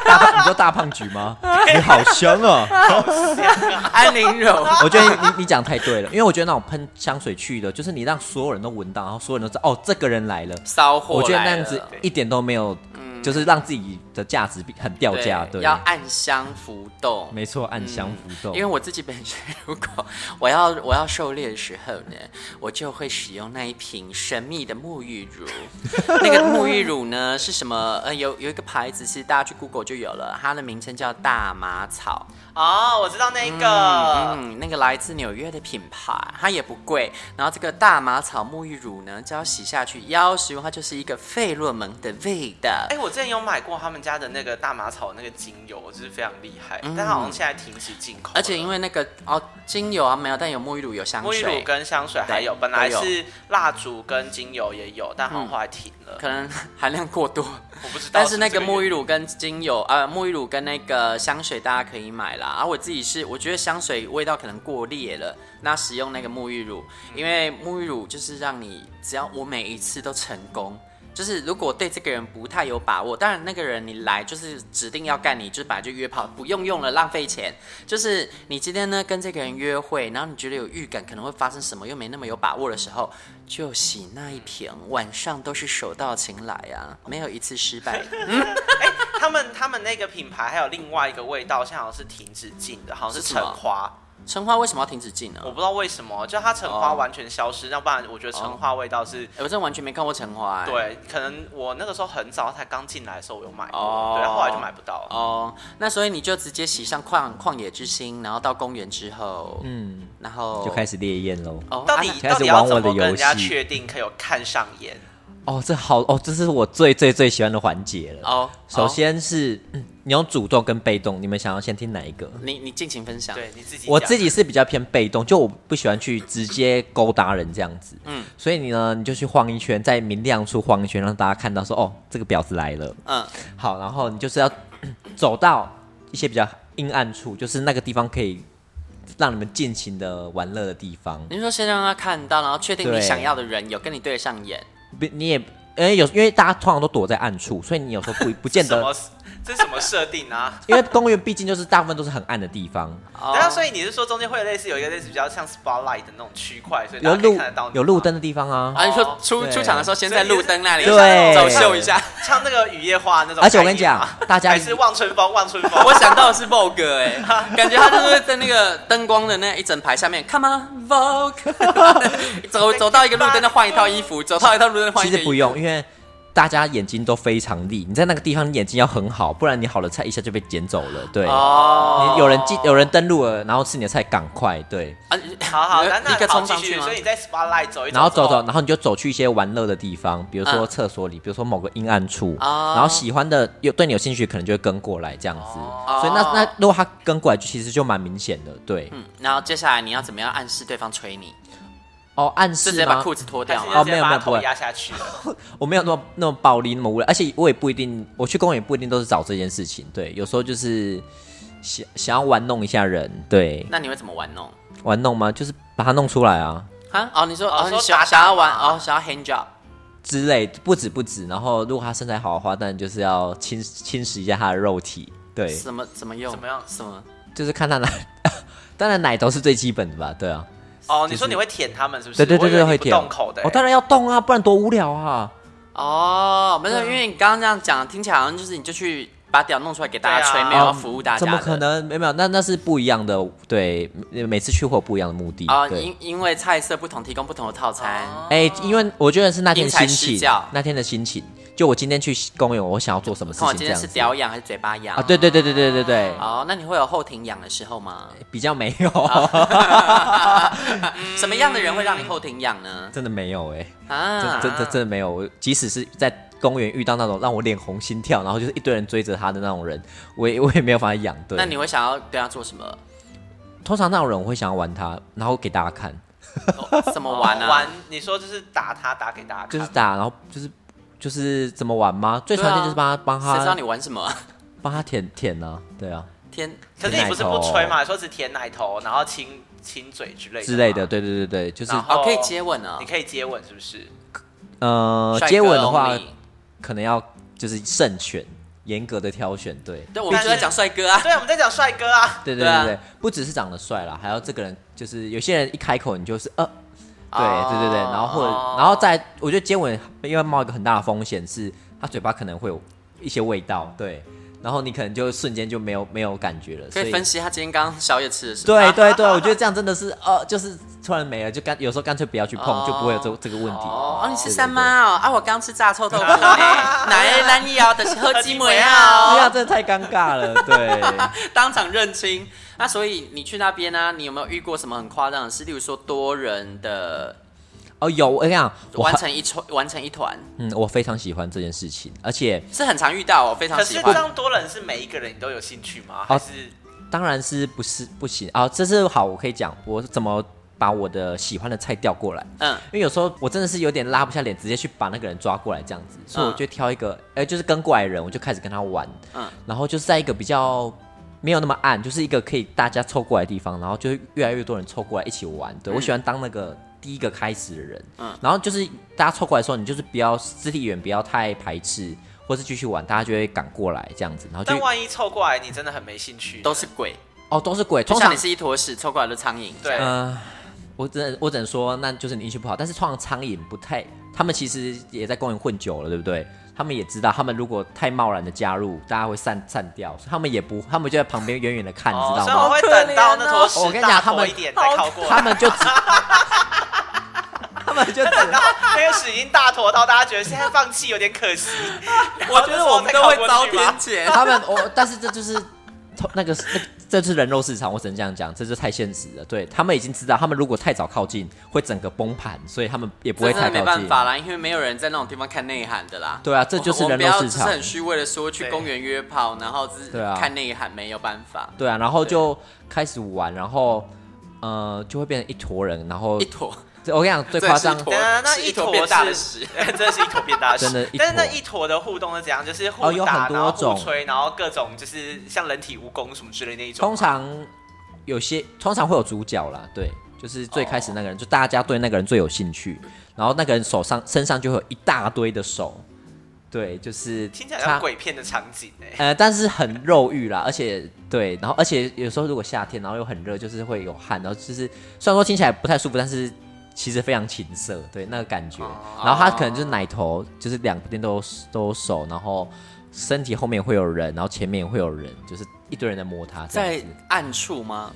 Speaker 3: 大胖你说大胖橘 吗？你好香啊！
Speaker 2: 好香啊！
Speaker 1: 安陵容，
Speaker 3: 我觉得你你讲太对了，因为我觉得那种喷香水去的，就是你让所有人都闻到，然后所有人都知道哦，这个人来了。
Speaker 1: 骚货
Speaker 3: 我觉得
Speaker 1: 来
Speaker 3: 那样
Speaker 1: 了嗯
Speaker 3: 子一点都没有，就是让自己的价值比很掉价。对，
Speaker 1: 要暗香浮动。
Speaker 3: 没错，暗香浮动。
Speaker 1: 因为我自己本身，如果我要我要狩猎的时候呢，我就会使用那一瓶神秘的沐浴乳。 那个沐浴乳呢是什么？呃，有有一个牌子，其实大家去 Google 就有了，它的名称叫大麻草。
Speaker 2: 哦，我知道那个，
Speaker 1: 嗯，那个来自纽约的品牌，它也不贵。然后这个大麻草沐浴乳呢，只要洗下去，要使用它就是一个费洛蒙的味道。
Speaker 2: 哎，我之前有买过他们家的那个大麻草那个精油，就是非常厉害，但好像现在停止进口
Speaker 1: 嗯
Speaker 2: 了，
Speaker 1: 而且因为那个哦，精油啊没有，但有沐浴乳，有香
Speaker 2: 沐浴
Speaker 1: 水，
Speaker 2: 乳跟香水还有，
Speaker 1: 对
Speaker 2: 本来
Speaker 1: 都有嗯
Speaker 2: 是蜡烛跟精油也有，但好像后来停了，
Speaker 1: 可能 含量过多。
Speaker 2: 我不知道。
Speaker 1: 但是那个沐浴
Speaker 2: 乳，
Speaker 1: 乳跟精油，呃，沐浴乳跟那个香水大家可以买啦。啊而、我自己是，我觉得香水味道可能过烈了，那使用那个沐浴乳，因为沐浴乳就是让你，只要我每一次都成功，就是如果对这个人不太有把握，当然那个人你来就是指定要干你，就是本来就约炮，不用用了，浪费钱。就是你今天呢跟这个人约会，然后你觉得有预感可能会发生什么，又没那么有把握的时候，就洗那一瓶，晚上都是手到擒来啊，没有一次失败。
Speaker 2: 哎他们他们那个品牌还有另外一个味道，现在好像是停止进的，好像是
Speaker 1: 是什
Speaker 2: 橙
Speaker 1: 么
Speaker 2: 花，
Speaker 1: 橙花为什么要停止进呢、
Speaker 2: 我不知道为什么，就它橙花
Speaker 1: 哦
Speaker 2: 完全消失，要不然我觉得橙花味道是。
Speaker 1: 哎我真的完全没看过橙花、哎。
Speaker 2: 对，可能我那个时候很早，才刚进来的时候我有买过，
Speaker 1: 哦
Speaker 2: 对，然后后来就买不到。
Speaker 1: 哦，那所以你就直接洗上旷旷野之心，然后到公园之后，
Speaker 3: 嗯，
Speaker 1: 然后
Speaker 3: 就开始烈焰喽。
Speaker 1: 哦，
Speaker 2: 到
Speaker 1: 啊
Speaker 2: 底
Speaker 1: 那
Speaker 3: 开
Speaker 2: 到
Speaker 3: 始
Speaker 2: 底要
Speaker 3: 玩
Speaker 2: 怎
Speaker 3: 我的
Speaker 2: 么跟人家
Speaker 3: 游戏
Speaker 2: 确定可以有看上眼？
Speaker 3: 哦，这好哦，这是我最最最喜欢的环节了。
Speaker 1: 哦，
Speaker 3: 首
Speaker 1: 哦
Speaker 3: 先是、嗯你有主动跟被动，你们想要先听哪一个？
Speaker 1: 你你尽情分享，
Speaker 2: 对你自己讲，
Speaker 3: 啊我自己是比较偏被动，就我不喜欢去直接勾搭人这样子。嗯，所以你呢，你就去晃一圈，在明亮处晃一圈，让大家看到说，哦，这个婊子来了。
Speaker 1: 嗯，
Speaker 3: 好，然后你就是要走到一些比较阴暗处，就是那个地方可以让你们尽情的玩乐的地方。
Speaker 1: 你说先让他看到，然后确定你
Speaker 3: 对
Speaker 1: 想要的人有跟你对上眼，
Speaker 2: 嗯
Speaker 3: 不，你也因为有，因为大家通常都躲在暗处，所以你有时候不不见
Speaker 2: 什
Speaker 3: 得，
Speaker 2: 么？ 这是什么设定啊？
Speaker 3: 因为公园毕竟就是大部分都是很暗的地方，
Speaker 1: 哦
Speaker 2: 然后啊所以你是说中间会有类似有一个类似比较像 spotlight 的那种区块，所以大
Speaker 3: 有
Speaker 2: 家可以
Speaker 3: 路
Speaker 2: 看得到你
Speaker 3: 有路灯的地方啊。
Speaker 1: 啊，你
Speaker 2: 哦
Speaker 1: 说出
Speaker 3: 对
Speaker 1: 出场的时候先在路灯那里
Speaker 3: 所以对
Speaker 1: 走秀一下，
Speaker 2: 吗， 像那个雨夜花那种概念吗。
Speaker 3: 而且我跟你讲，大家
Speaker 2: 还是望春风，望 春风。
Speaker 1: 我想到的是 Vogue 哎、感觉他就是在那个灯光的那一整排下面，Come on Vogue，走 走到一个路灯再换一套衣服，走到一套路灯再换
Speaker 3: 其
Speaker 1: 一套
Speaker 3: 实
Speaker 1: 衣服，
Speaker 3: 不用，因为大家眼睛都非常利，你在那个地方你眼睛要很好，不然你好的菜一下就被捡走了。对，
Speaker 1: 哦
Speaker 3: 你有人进有人登录了，然后吃你的菜，赶快对，
Speaker 1: 啊，
Speaker 2: 好好，那
Speaker 1: 立
Speaker 2: 那
Speaker 1: 刻
Speaker 2: 好
Speaker 1: 冲
Speaker 2: 继
Speaker 1: 上去
Speaker 2: 续。
Speaker 1: 吗
Speaker 2: 所以？你在 spotlight 走一
Speaker 3: 然后走
Speaker 2: 之
Speaker 3: 走，
Speaker 2: 后，
Speaker 3: 然后你就走去一些玩乐的地方，比如说
Speaker 1: 嗯
Speaker 3: 厕所里，比如说某个阴暗处，
Speaker 1: 哦
Speaker 3: 然后喜欢的有对你有兴趣，可能就会跟过来这样子。
Speaker 1: 哦
Speaker 3: 所以那那如果他跟过来，就其实就蛮明显的，对。
Speaker 1: 嗯，然后接下来你要怎么样暗示对方吹你？
Speaker 3: 哦，暗
Speaker 1: 是直
Speaker 3: 示
Speaker 1: 接把
Speaker 3: 吗？
Speaker 1: 裤子脱
Speaker 2: 还
Speaker 1: 掉
Speaker 2: 是
Speaker 1: 吗？
Speaker 2: 要
Speaker 3: 哦
Speaker 2: 直
Speaker 3: 没有没
Speaker 2: 接把
Speaker 3: 有
Speaker 2: 头
Speaker 3: 不会
Speaker 2: 压下去了。
Speaker 3: 我没有那么那么暴力那么无聊，而且我也不一定，我去公园不一定都是找这件事情，对，有时候就是想想要玩弄一下人，对，
Speaker 1: 那你会怎么玩弄？
Speaker 3: 玩弄吗？就是把它弄出来啊
Speaker 1: 啊？哦，你说
Speaker 2: 哦
Speaker 1: 哦，你
Speaker 2: 说
Speaker 1: 想
Speaker 2: 打打
Speaker 1: 想要玩
Speaker 2: 嘛
Speaker 1: 哦，想要 hand job
Speaker 3: 之类，不止不止。然后如果他身材好的话，当然就是要侵侵蚀一下他的肉体，对，
Speaker 1: 怎么怎么用？
Speaker 2: 怎么样
Speaker 1: 什么？
Speaker 3: 就是看他奶， 当然奶头是最基本的吧，对啊，
Speaker 2: 哦，你说你会舔他们是不是？
Speaker 3: 对对对
Speaker 2: 我以为
Speaker 3: 对，
Speaker 2: 你
Speaker 3: 会
Speaker 2: 不
Speaker 3: 舔
Speaker 2: 动口的欸。
Speaker 3: 哦，当然要动啊，不然多无聊啊。
Speaker 1: 哦，没有，
Speaker 2: 啊
Speaker 1: 因为你刚刚这样讲，听起来好像就是你就去把屌弄出来给大家吹，
Speaker 2: 对啊
Speaker 1: 没有要服务大家的。
Speaker 3: 哦怎么可能？没有没有，那那是不一样的，对，每每次去会有不一样的目的
Speaker 1: 啊？
Speaker 3: 对。
Speaker 1: 因因为菜色不同，提供不同的套餐。
Speaker 2: 哦
Speaker 3: 哎、因为我觉得是那天
Speaker 1: 因
Speaker 3: 的
Speaker 1: 材
Speaker 3: 心
Speaker 1: 施
Speaker 3: 情
Speaker 1: 教，
Speaker 3: 那天的心情，就我今天去公园，我想要做什么事
Speaker 1: 看我
Speaker 3: 情
Speaker 1: 哦今
Speaker 3: 这
Speaker 1: 天
Speaker 3: 样
Speaker 1: 是
Speaker 3: 子
Speaker 1: 屌痒还是嘴巴痒
Speaker 3: 啊？对对对对对对对，
Speaker 1: 哦，那你会有后庭痒的时候吗？
Speaker 3: 比较没有，
Speaker 1: 哦
Speaker 2: 嗯
Speaker 1: 什么样的人会让你后庭痒呢？
Speaker 3: 真的没有哎、
Speaker 1: 啊，
Speaker 3: 真真的真的没有。我即使是在公园遇到那种让我脸红心跳，然后就是一堆人追着他的那种人，我也我也没有办法养。对，
Speaker 1: 那你会想要对他做什 么？
Speaker 3: 通常那种人我会想要玩他，然后给大家看，
Speaker 1: 怎么玩啊？
Speaker 2: 欸哦玩，你说就是打他，打给大家看
Speaker 3: 就是打，然后就是就是怎么玩吗？最常见就是帮他帮
Speaker 1: 谁知道
Speaker 3: 他
Speaker 1: 你玩什么 啊？
Speaker 3: 帮他舔舔呢、对啊
Speaker 1: 天，
Speaker 2: 可是你不是不吹嘛？说只舔奶头，然后亲亲嘴之类的
Speaker 3: 之类的，
Speaker 2: 吗，
Speaker 3: 对对对对，就是
Speaker 2: 然后
Speaker 1: 哦，可以接吻啊
Speaker 2: 你。可以接吻是不是？
Speaker 3: 呃
Speaker 1: 帅哥
Speaker 3: 接吻的话
Speaker 1: only，
Speaker 3: 可能要就是慎选，严格的挑选，对。
Speaker 1: 对，我们就在讲帅哥啊。
Speaker 2: 对，我们在讲帅哥 啊。
Speaker 3: 对对
Speaker 1: 对啊
Speaker 3: 对对，不只是长得帅啦，还要这个人就是有些人一开口你就是呃，对
Speaker 1: 哦
Speaker 3: 对对对，然后或者然后再我觉得接吻因为冒一个很大的风险是他嘴巴可能会有一些味道，对，然后你可能就瞬间就没有没有感觉了，
Speaker 1: 可
Speaker 3: 所
Speaker 1: 以
Speaker 3: 以
Speaker 1: 分析他今天刚刚宵夜吃的什么？
Speaker 3: 对对对，我觉得这样真的是呃，就是突然没了，就干有时候干脆不要去碰，就不会有这这个问题。
Speaker 1: 哦，你是
Speaker 3: 对
Speaker 1: 三妈哦，啊，我刚吃炸臭 豆腐呢，哪一烂一哦，但是喝鸡尾啊
Speaker 3: 对啊，
Speaker 1: 哦，
Speaker 3: 这太尴尬了，对。
Speaker 1: 当场认清。那所以你去那边啊呢，你有没有遇过什么很夸张的事？例如说多人的
Speaker 3: 哦，有我跟你讲，我
Speaker 1: 完
Speaker 3: 很
Speaker 1: 成一团，完成一团，
Speaker 3: 嗯，我非常喜欢这件事情，而且
Speaker 1: 是很常遇到，哦我非常
Speaker 2: 可
Speaker 1: 喜
Speaker 2: 是
Speaker 1: 欢
Speaker 2: 这。样多人是每一个人你都有兴趣吗？
Speaker 3: 哦
Speaker 2: 还是
Speaker 3: 当然是不是不行啊、这是好，我可以讲我怎么把我的喜欢的菜调过来。
Speaker 1: 嗯，
Speaker 3: 因为有时候我真的是有点拉不下脸，直接去把那个人抓过来这样子，所以我就挑一个，呃，就是跟过来人，我就开始跟他玩，
Speaker 1: 嗯
Speaker 3: 嗯，然后就是在一个比较没有那么暗，就是一个可以大家凑过来的地方，然后就会越来越多人凑过来一起玩，对、我喜欢当那个第一个开始的人，嗯，然后就是大家凑过来的时候，你就是不要肢体语言不要太排斥，或是继续玩，大家就会赶过来这样子，然后就
Speaker 2: 但万一凑过来你真的很没兴趣，
Speaker 1: 都是鬼，
Speaker 3: 哦都是鬼，
Speaker 1: 就
Speaker 3: 通
Speaker 1: 像
Speaker 3: 常
Speaker 1: 你是一坨屎，凑过来的苍蝇。
Speaker 2: 对。
Speaker 3: 呃，我只能我只能说，那就是你运气不好。但是通常苍蝇不太，他们其实也在公园混久了，对不对？他们也知道，他们如果太贸然的加入，大家会散散掉，所以他们也不，他们就在旁边远远的看，你
Speaker 2: 哦，
Speaker 3: 知
Speaker 2: 所以我
Speaker 3: 道吗？
Speaker 2: 会等到那坨
Speaker 3: 我
Speaker 2: 屎
Speaker 3: 跟你
Speaker 2: 大
Speaker 3: 讲他
Speaker 2: 坨
Speaker 3: 们
Speaker 2: 一点再靠过来。
Speaker 3: 他们就只，他们就只，
Speaker 2: 那个屎已经大坨到大家觉得现在放弃有点可 惜。
Speaker 1: 我觉得我们都会遭天
Speaker 2: 天。
Speaker 1: 谴。
Speaker 3: 他们我，但是这就是那个那这是人肉市场，我只能这样讲，这就太现实了。对他们已经知道，他们如果太早靠近，会整个崩盘，所以他们也 不会
Speaker 1: 这真
Speaker 3: 太
Speaker 1: 的没
Speaker 3: 靠
Speaker 1: 办
Speaker 3: 近。
Speaker 1: 法啦，因为没有人在那种地方看内涵的啦。
Speaker 3: 对啊这就是
Speaker 1: 我们
Speaker 3: 人肉
Speaker 1: 我们
Speaker 3: 市
Speaker 1: 不
Speaker 3: 场
Speaker 1: 要只是很虚伪的说去
Speaker 2: 对
Speaker 1: 公园约炮，然后只是
Speaker 3: 对啊
Speaker 1: 看内涵，没有办法。
Speaker 3: 对啊，然后就开始玩，然后呃，就会变成一坨人，然后
Speaker 1: 一坨，
Speaker 3: 我跟你讲最夸张
Speaker 1: 这是一，坨
Speaker 2: 等等，那
Speaker 1: 是
Speaker 2: 一
Speaker 1: 啊一坨
Speaker 2: 坨
Speaker 1: 变大的
Speaker 2: 是
Speaker 1: 屎，
Speaker 2: 真的是一坨变大的屎。
Speaker 3: 真的一坨
Speaker 2: 但是那一坨的互动是怎样？就是互打，
Speaker 3: 哦有很多
Speaker 2: 然后
Speaker 3: 种
Speaker 2: 互吹，然后各种就是像人体蜈蚣什么之类那一种。
Speaker 3: 通常有些通常会有主角啦，对，就是最开始那个人，就大家对那个人最有兴趣，然后那个人手上身上就会有一大堆的手，对，就是
Speaker 2: 听起来
Speaker 3: 他
Speaker 2: 像鬼片的场景哎、
Speaker 3: 呃，但是很肉欲啦，而且对，然后而且有时候如果夏天，然后又很热，就是会有汗，然后就是虽然说听起来不太舒服，但是其实非常情色，对那个感觉。
Speaker 1: 哦
Speaker 3: 然后他可能就是奶头，就是两边都都有手，然后身体后面会有人，然后前面也会有人，就是一堆人在摸他这样
Speaker 1: 在
Speaker 3: 子。
Speaker 1: 暗处吗？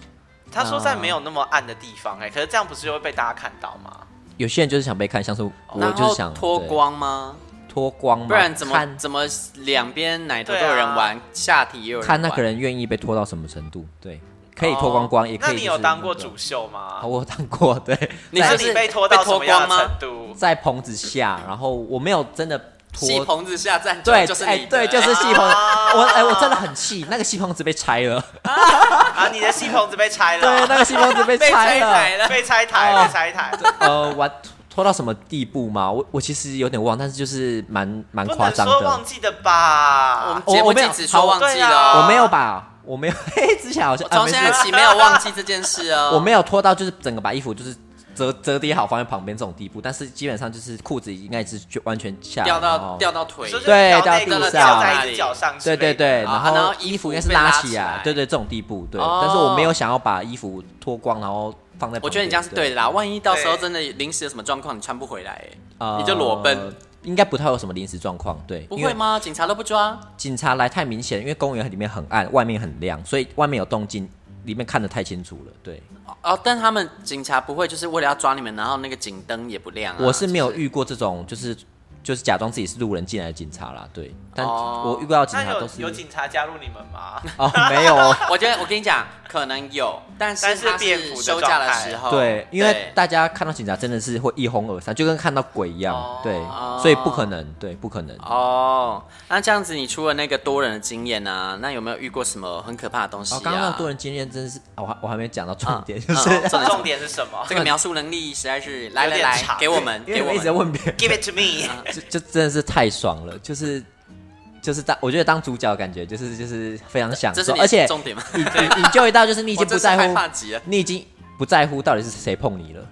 Speaker 2: 他说在没有那么暗的地方哎、可是这样不是就会被大家看到吗？
Speaker 3: 有些人就是想被看，像是我
Speaker 1: 然
Speaker 3: 就是
Speaker 1: 后
Speaker 3: 想
Speaker 1: 脱
Speaker 3: 对
Speaker 1: 光吗？
Speaker 3: 脱光嘛，
Speaker 1: 不然怎么
Speaker 3: 看
Speaker 1: 怎么两边奶头都有人玩，下体也有人
Speaker 3: 看
Speaker 1: 玩？
Speaker 3: 那个人愿意被脱到什么程度？对，可以
Speaker 1: 哦
Speaker 3: 脱光光，也可以、
Speaker 2: 哦那你有当过主？秀吗
Speaker 3: 啊，？我有当过，对。
Speaker 1: 你
Speaker 2: 那
Speaker 1: 说
Speaker 2: 你被拖到什么样
Speaker 1: 被脱
Speaker 2: 的
Speaker 1: 光吗
Speaker 2: 程度？
Speaker 3: 在棚子下，然后我没有真的
Speaker 1: 戏
Speaker 3: 脱。
Speaker 1: 棚子下站久
Speaker 3: 对，
Speaker 1: 就是
Speaker 3: 哎、
Speaker 1: 你的
Speaker 3: 对，就是
Speaker 1: 哎
Speaker 3: 戏 棚，我哎、我真的很气，那个戏棚子被拆了，
Speaker 2: 啊，你的戏棚子被拆
Speaker 3: 对，
Speaker 2: 了，
Speaker 3: 那个戏棚子被
Speaker 1: 被拆
Speaker 3: 了，
Speaker 1: 台了。
Speaker 2: 被拆
Speaker 3: 哦
Speaker 2: 台，被拆台。
Speaker 3: 呃，玩拖到什么地步嘛？我我其实有点忘，但是就是蛮蛮
Speaker 2: 不
Speaker 3: 夸
Speaker 2: 能
Speaker 3: 张
Speaker 2: 说
Speaker 3: 的
Speaker 2: 忘，记的吧？
Speaker 1: 啊我们节
Speaker 3: 我
Speaker 1: 目
Speaker 3: 没有
Speaker 1: 禁止说忘记了
Speaker 2: 好对啊
Speaker 1: 哦，
Speaker 3: 我没有吧，我没有， 嘿、之前好像
Speaker 1: 我从
Speaker 3: 啊、没
Speaker 1: 现在
Speaker 3: 事，
Speaker 1: 起没有忘记这件事哦。
Speaker 3: 我没有拖到就是整个把衣服就是折折叠好放在旁边这种地步，但是基本上就是裤子应该是就完全下来
Speaker 1: 掉
Speaker 3: 然
Speaker 1: 到
Speaker 3: 后
Speaker 1: 掉到腿
Speaker 2: 你说，就是
Speaker 3: 对
Speaker 2: 掉
Speaker 3: 掉
Speaker 2: 那
Speaker 3: 地
Speaker 2: 个
Speaker 3: 上
Speaker 2: 掉在一只脚上之
Speaker 3: 对
Speaker 2: 类的，
Speaker 3: 对对，
Speaker 1: 啊
Speaker 3: 然
Speaker 1: 然
Speaker 3: 后
Speaker 1: 后衣
Speaker 3: 服
Speaker 1: 服
Speaker 3: 应该是
Speaker 1: 被拉
Speaker 3: 起
Speaker 1: 起
Speaker 3: 来
Speaker 1: 来，
Speaker 3: 对对，这种地步，对。
Speaker 1: 哦
Speaker 3: 但是我没有想要把衣服脱光，然后放在旁边。
Speaker 1: 我觉得你这样是对
Speaker 3: 对
Speaker 1: 的，啦。万一到时候
Speaker 2: 对
Speaker 1: 真的临时有什么状况，你穿不回来，哎
Speaker 3: 呃
Speaker 1: 你就裸奔。，
Speaker 3: 应该不太有什么临时状况，对。
Speaker 1: 不
Speaker 3: 因
Speaker 1: 会
Speaker 3: 为
Speaker 1: 吗？警察都不抓，
Speaker 3: 警察来太明显，因为公园里面很暗，外面很亮，所以外面有动静，里面看得太清楚了，对。
Speaker 1: 哦，但他们警察不会，就是为了要抓你们，然后那个警灯也不亮、啊。
Speaker 3: 我是没有
Speaker 1: 就
Speaker 3: 遇过这种，就是就是假装自己是路人进来的警察啦，对。但
Speaker 1: 哦
Speaker 3: 我遇过到警
Speaker 2: 那
Speaker 3: 察都
Speaker 2: 有
Speaker 3: 是
Speaker 2: 有警察加入你们吗？
Speaker 3: 哦，没有哦。
Speaker 1: 我觉得我跟你讲，可能有，但是
Speaker 2: 但是
Speaker 1: 他
Speaker 2: 便服的
Speaker 1: 休假
Speaker 2: 状
Speaker 1: 的
Speaker 2: 态
Speaker 1: 时候，
Speaker 3: 对，因为
Speaker 1: 哦对
Speaker 3: 大家看到警察真的是会一哄而散，就跟看到鬼一样，
Speaker 2: 哦
Speaker 3: 对，所以不可能，对，不可能。
Speaker 1: 哦，那这样子，你除了那个多人的经验啊，那有没有遇过什么很可怕的东西、啊？
Speaker 3: 哦，刚刚那个多人经验真是，啊我还我还没讲到哦重
Speaker 1: 嗯
Speaker 3: 点，
Speaker 1: 嗯
Speaker 3: 就是、
Speaker 1: 重点
Speaker 2: 重点是 什么
Speaker 1: 这个描述能力实在是来来
Speaker 2: 有点
Speaker 1: 来
Speaker 2: 长，
Speaker 1: 给我们，
Speaker 3: 因
Speaker 1: 嗯
Speaker 3: 为
Speaker 1: 给
Speaker 3: 我
Speaker 1: 我
Speaker 3: 一直在
Speaker 1: 们。
Speaker 3: 问别人，
Speaker 2: ？Give it to me。
Speaker 3: 就就真的是太爽了，就是就是当我觉得当主角的感觉就是就是非常享
Speaker 1: 这是
Speaker 3: 受，
Speaker 1: 你的
Speaker 3: 而且
Speaker 1: 重点吗？
Speaker 3: 你你你就一到就是你已
Speaker 1: 我真
Speaker 3: 经不
Speaker 1: 是
Speaker 3: 在
Speaker 1: 害
Speaker 3: 乎
Speaker 1: 怕，极了。
Speaker 3: 你已经不在乎到底是谁碰你了，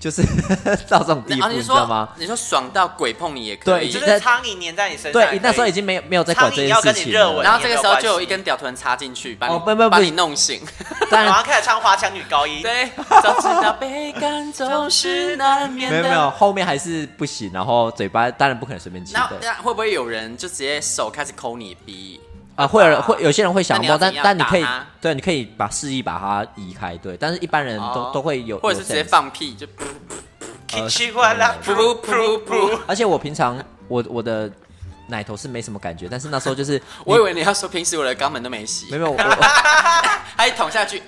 Speaker 3: 就是 到这种地
Speaker 1: 啊，
Speaker 3: 步，
Speaker 1: 你
Speaker 3: 你知道吗
Speaker 1: 说？你说爽到鬼碰你也可
Speaker 3: 对
Speaker 1: 以
Speaker 2: 就，
Speaker 3: 在
Speaker 2: 是苍蝇粘在你身上哎也可
Speaker 3: 对
Speaker 2: 以，，
Speaker 3: 那时候已经没有没有在管这件
Speaker 2: 苍蝇要
Speaker 3: 事
Speaker 2: 跟你
Speaker 3: 情
Speaker 2: 热
Speaker 3: 了
Speaker 2: 吻
Speaker 1: 然后这个时候就有一根屌突然插进去，把你、
Speaker 3: 哦不不不
Speaker 1: 把你弄醒。
Speaker 3: 当然
Speaker 2: 马上开始唱《花腔女高音》。
Speaker 1: 对，早知道被赶总是难免
Speaker 3: 没
Speaker 1: 的。
Speaker 3: 有没有，后面还是不行，然后嘴巴当然不可能随便亲
Speaker 1: 那
Speaker 3: 的
Speaker 1: 那呃会不会有人就直接手开始抠你鼻？
Speaker 3: 啊，会有人会有些人会想
Speaker 1: 那你
Speaker 3: 摸，
Speaker 1: 要
Speaker 3: 但
Speaker 1: 怎样
Speaker 3: 但你
Speaker 1: 打
Speaker 3: 可以
Speaker 1: 他
Speaker 3: 对，你可以把示意把它移开，对，但是一般人都
Speaker 1: 哦
Speaker 3: 都会有，
Speaker 1: 或者
Speaker 3: 有
Speaker 1: 是直接
Speaker 3: sense
Speaker 1: 放屁就噗
Speaker 2: 奇奇怪啦，
Speaker 3: 哦
Speaker 1: 噗噗噗噗。
Speaker 3: 而且我平常我我的奶头是没什么感觉，但是那时候就是
Speaker 1: 我以为你要说平时我的肛门都没洗
Speaker 3: 没，有没有我我
Speaker 1: 还一捅下 去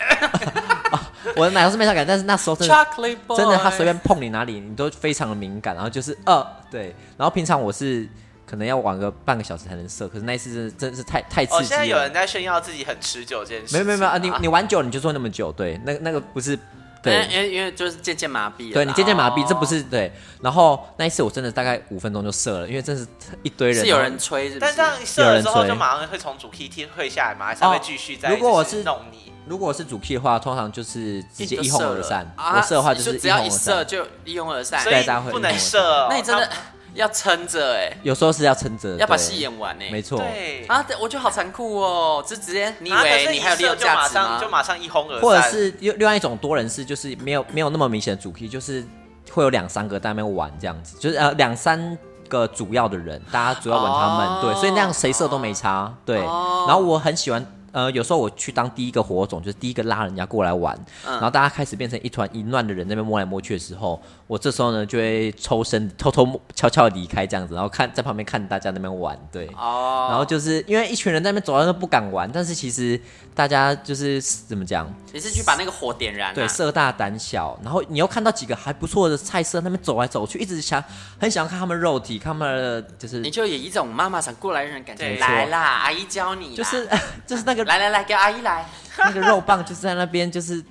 Speaker 3: 我的奶头是没啥感觉，但是那时候真的
Speaker 1: ，chocolate boy，
Speaker 3: 真的他 随便碰你哪里，你都非常的敏感，然后就是呃对，然后平常我是可能要玩个半个小时才能射，可是那一次真的真的是太太
Speaker 2: 哦，
Speaker 3: 刺激
Speaker 2: 现在有
Speaker 3: 了
Speaker 2: 人。在炫耀自己很持久这件事。
Speaker 3: 没有没有没有啊，你你玩久了你就做那么久，对，那那个不 是
Speaker 1: 因为，
Speaker 3: 对。
Speaker 1: 因为因为就是渐渐麻痹了啦，
Speaker 3: 对你渐渐麻痹，
Speaker 1: 哎哦
Speaker 3: 这不是对。然后那一次我真的大概五分钟就射了，因为真是一堆人。哦
Speaker 1: 是有
Speaker 3: 然
Speaker 1: 人吹是不
Speaker 2: 但
Speaker 1: 是
Speaker 2: 这？样射了之
Speaker 3: 有
Speaker 2: 后，
Speaker 3: 人追
Speaker 2: 就马上会从主 key 踢退下来嘛，还是会继续再
Speaker 3: 哦如果我
Speaker 2: 就是弄你？
Speaker 3: 后如果是主 key 的话，通常就是直接
Speaker 1: 就
Speaker 3: 一哄
Speaker 1: 射
Speaker 3: 而
Speaker 1: 了
Speaker 3: 散。
Speaker 1: 啊
Speaker 3: 我射的话就是
Speaker 1: 你
Speaker 3: 一
Speaker 1: 只
Speaker 3: 哄
Speaker 1: 要
Speaker 3: 而
Speaker 1: 一
Speaker 3: 散
Speaker 1: 射。就一拥而散
Speaker 2: 所，
Speaker 3: 对
Speaker 2: 以
Speaker 3: 大家会
Speaker 2: 不
Speaker 3: 弄
Speaker 2: 能
Speaker 3: 我
Speaker 2: 射哦。
Speaker 1: 那你真的
Speaker 2: 他
Speaker 1: 要撑着哎，
Speaker 3: 有时候是要撑着，
Speaker 1: 要把
Speaker 3: 对
Speaker 1: 戏演完哎，
Speaker 3: 没错。
Speaker 2: 对
Speaker 1: 啊，对我觉得好残酷哦！就直接你以
Speaker 2: 啊可
Speaker 1: 为
Speaker 2: 是
Speaker 1: 你
Speaker 2: 一
Speaker 1: 还有利
Speaker 2: 射
Speaker 1: 用
Speaker 2: 就
Speaker 1: 价
Speaker 2: 马
Speaker 1: 值吗
Speaker 2: 上就？马上一哄而散，
Speaker 3: 或者是另另外一种多人是，就是没有没有那么明显的主 key，就是会有两三个在那边玩这样子，就是呃两三个主要的人，大家主要玩他们，对，所以那样谁射都没差，对。然后我很喜欢。呃，有时候我去当第一个火种，就是第一个拉人家过来玩，然后大家开始变成一团淫乱的人，在那边摸来摸去的时候，我这时候呢就会抽身，偷偷摸悄悄地离开这样子，然后看在旁边看大家那边玩，对，
Speaker 1: 哦，
Speaker 3: 然后就是因为一群人在那边走，都不敢玩，但是其实大家就是怎么讲，
Speaker 1: 你是去把那个火点燃、啊，
Speaker 3: 对，色大胆小，然后你又看到几个还不错的菜色，那边走来走去，一直想很想要看他们肉体，看他们的就是
Speaker 1: 你就有一种妈妈想过来人的感觉，
Speaker 2: 对
Speaker 1: 来啦，阿姨教你啦，
Speaker 3: 就是 就是那个
Speaker 1: 来来来，给阿姨来，
Speaker 3: 那个肉棒就是在那边就是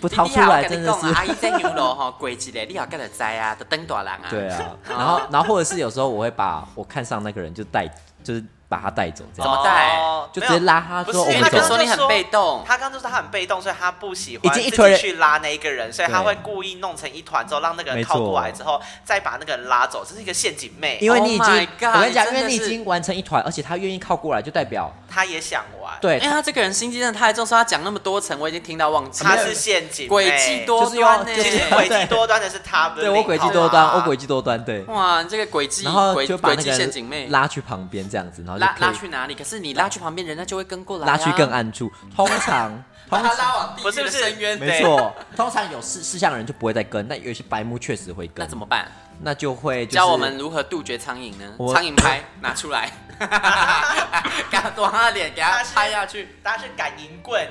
Speaker 3: 不
Speaker 1: 弟
Speaker 3: 掏
Speaker 1: 弟
Speaker 3: 出
Speaker 1: 啊
Speaker 3: 来，
Speaker 1: 我跟
Speaker 3: 真
Speaker 1: 你
Speaker 3: 的
Speaker 1: 讲啊，
Speaker 3: 是。
Speaker 1: 阿姨在牛 楼哈，跪起来，你好跟着栽啊，就灯大人啊，
Speaker 3: 对啊，然后然后或者是有时候我会把我看上那个人就带，就是把他带走这
Speaker 1: 怎
Speaker 3: 样，
Speaker 1: 么带
Speaker 2: 哦
Speaker 3: 就
Speaker 2: 没
Speaker 3: 直
Speaker 2: 有
Speaker 3: 接拉他
Speaker 2: 不
Speaker 3: 说
Speaker 2: 是
Speaker 3: 我
Speaker 2: 因
Speaker 3: 们
Speaker 2: 为
Speaker 1: 他就
Speaker 2: 刚
Speaker 3: 走
Speaker 1: 说你
Speaker 2: 刚就
Speaker 1: 很
Speaker 2: 说
Speaker 1: 被动，
Speaker 2: 他刚刚就说他很被动，所以他不喜欢
Speaker 3: 哦已经一堆人
Speaker 2: 自己去拉那一个人，所以他
Speaker 3: 对
Speaker 2: 会故意弄成一团之后，让那个
Speaker 3: 没
Speaker 2: 人
Speaker 3: 错
Speaker 2: 靠过来之后，再把那个人拉走，这是一个陷阱妹，
Speaker 3: 因为你已经
Speaker 1: Oh my god，
Speaker 3: 我跟你讲，因
Speaker 1: 你真的
Speaker 3: 为你已
Speaker 1: 是
Speaker 3: 经完成一团，而且他愿意靠过来，就代表
Speaker 2: 他也想玩，，
Speaker 3: 对
Speaker 1: 因为他这个人心机真的太重，所以他讲那么多层，我已经听到忘记了。
Speaker 2: 他是陷阱妹，
Speaker 1: 诡计多
Speaker 3: 就是要
Speaker 1: 端呢、
Speaker 3: 就
Speaker 2: 其
Speaker 3: 是
Speaker 2: 实诡计多端的是他，不是
Speaker 3: 对我
Speaker 2: 林
Speaker 3: 诡计
Speaker 2: 浩
Speaker 3: 多
Speaker 2: 吗
Speaker 3: 端，我诡计多端，对，
Speaker 1: 啊哇，你这个诡计
Speaker 3: 然后
Speaker 1: 诡
Speaker 3: 就把
Speaker 1: 诡
Speaker 3: 那
Speaker 1: 计
Speaker 3: 个
Speaker 1: 陷阱妹
Speaker 3: 拉去旁边这样子，然后就
Speaker 1: 拉
Speaker 3: 可以
Speaker 1: 拉去哪里？可是你拉去旁边，人家就会跟过来、啊，
Speaker 3: 拉去更暗处，通 常
Speaker 1: 把
Speaker 3: 通
Speaker 1: 他
Speaker 3: 常
Speaker 1: 拉往地狱
Speaker 2: 不是
Speaker 1: 的
Speaker 2: 不是
Speaker 1: 深渊。
Speaker 2: 对
Speaker 3: 没错，通常有事事项的人就不会再跟，但有一些白目确实会跟，
Speaker 1: 那怎么办？
Speaker 3: 那就会就是
Speaker 1: 教我们如何杜绝苍蝇呢？
Speaker 3: 我
Speaker 1: 苍蝇拍拿出来， 给他往他的脸给他拍下去。
Speaker 2: 他是赶银棍，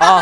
Speaker 3: 哦，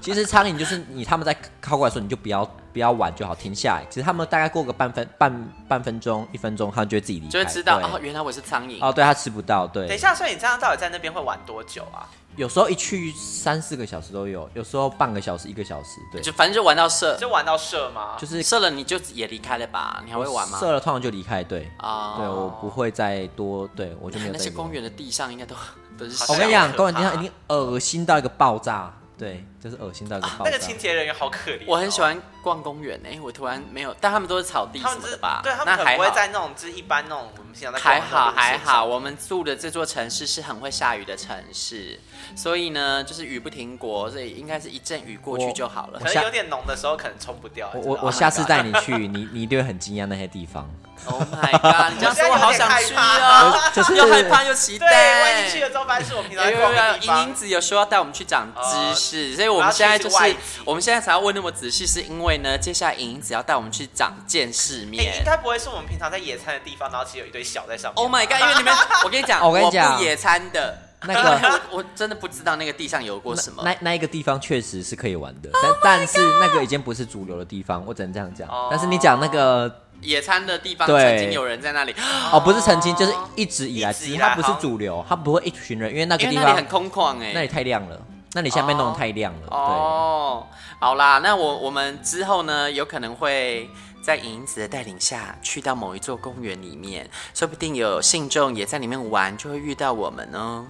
Speaker 3: 其实苍蝇就是你他们在靠过来的时候，你就不要不要玩就好，停下来。其实他们大概过个半分半半分钟一分钟，他们就会自己离开，
Speaker 1: 就会知道
Speaker 3: 对
Speaker 1: 哦，原来我是苍蝇。
Speaker 3: 哦，对他吃不到，对。
Speaker 2: 等一下，所以你这样到底在那边会玩多久啊？
Speaker 3: 有时候一去三四个小时都有，有时候半个小时一个小时，对，
Speaker 1: 就反正就玩到射，
Speaker 2: 就玩到射吗？
Speaker 3: 就是
Speaker 1: 射了你就也离开了吧？你还会玩吗？
Speaker 3: 射了通常就离开，对。
Speaker 1: 啊，
Speaker 3: 对，我不会再多，对我就没有
Speaker 1: 那
Speaker 3: 再
Speaker 1: 些
Speaker 3: 多
Speaker 1: 公园的地上应该都都是血。
Speaker 2: 好
Speaker 3: 我跟你讲，
Speaker 2: 好可怕
Speaker 3: 公园地上一定恶心到一个爆炸，对，就是恶心到一个爆炸。
Speaker 2: 啊那个清洁人员好可怜哦、
Speaker 1: 我很喜欢逛公园诶、我突然没有，但他们都是草地
Speaker 2: 他
Speaker 1: 什
Speaker 2: 们
Speaker 1: 么
Speaker 2: 只
Speaker 1: 的吧？
Speaker 2: 对他
Speaker 1: 那
Speaker 2: 们可能
Speaker 1: 还
Speaker 2: 不会
Speaker 1: 好。
Speaker 2: 在那种就是一般那种我们平常在
Speaker 1: 还好
Speaker 2: 逛的那种路线
Speaker 1: 还
Speaker 2: 上
Speaker 1: 好，，我们住的这座城市是很会下雨的城市，所以呢，就是雨不停国，所以应该是一阵雨过去
Speaker 3: 我
Speaker 1: 就好了
Speaker 3: 我。
Speaker 2: 可
Speaker 3: 下
Speaker 2: 能有点浓的时候可能冲不掉。
Speaker 3: 我
Speaker 2: 你知
Speaker 3: 我
Speaker 2: 道吗
Speaker 3: 我下次带你去，你你一定会很惊讶那些地方。
Speaker 1: Oh my god！你这样说，我好想去
Speaker 2: 我
Speaker 1: 哦，
Speaker 3: 现在有点害怕 就是
Speaker 1: 又害怕又期
Speaker 2: 对，我已
Speaker 1: 待
Speaker 2: 经。去了之后，发现是我平
Speaker 1: 有
Speaker 2: 常在
Speaker 1: 有
Speaker 2: 逛
Speaker 1: 有
Speaker 2: 的
Speaker 1: 有，莹
Speaker 2: 地方哦
Speaker 1: 莹。子有说要带我们去长知识，所以我们现在就
Speaker 2: 我要
Speaker 1: 是
Speaker 2: 去是外
Speaker 1: 我们现在才要问那么仔细，是因为呢，接下来莹莹子要带我们去长见世
Speaker 2: 哎、
Speaker 1: 面
Speaker 2: 应。该不会是我们平常在野餐的地方，然后其实有一堆小在上面。
Speaker 1: Oh my god！因为你们， 我跟你讲，
Speaker 3: 我跟你讲
Speaker 1: 不野餐的，
Speaker 3: 那个
Speaker 1: 我我真的不知道那个地上有过什么。
Speaker 3: 那那一个地方确实是可以玩的，但但是那个已经不是主流的地方，我只能这样讲。但是你讲那个
Speaker 1: 野餐的地方
Speaker 3: 对
Speaker 1: 曾经有人在那里，
Speaker 3: 哦，不是曾经，就是一直以来，
Speaker 2: 一直
Speaker 3: 只
Speaker 2: 以
Speaker 3: 是
Speaker 2: 来
Speaker 3: 它不是主流，它不会一群人，因为那个
Speaker 1: 因为
Speaker 3: 地
Speaker 1: 那里
Speaker 3: 方
Speaker 1: 很空旷哎、
Speaker 3: 那里太亮了，那里下面弄得太亮了。对，
Speaker 1: 哦，好啦，那我我们之后呢，有可能会在银子的带领下去到某一座公园里面，说不定有信众也在里面玩，就会遇到我们哦。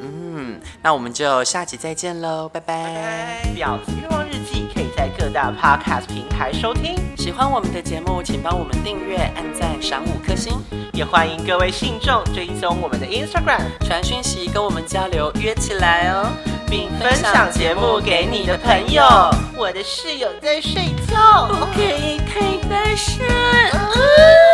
Speaker 1: 嗯，那我们就下集再见喽，拜拜。
Speaker 2: 婊子欲望日记可以在各大 podcast 平台收听，
Speaker 1: 喜欢我们的节目，请帮我们订阅、按赞、赏五颗星，
Speaker 2: 也欢迎各位信众追踪我们的 Instagram，
Speaker 1: 传讯息跟我们交流，约起来哦，并
Speaker 2: 分享节目给你的朋友。我的室友在睡觉。
Speaker 1: 不可以太大声。啊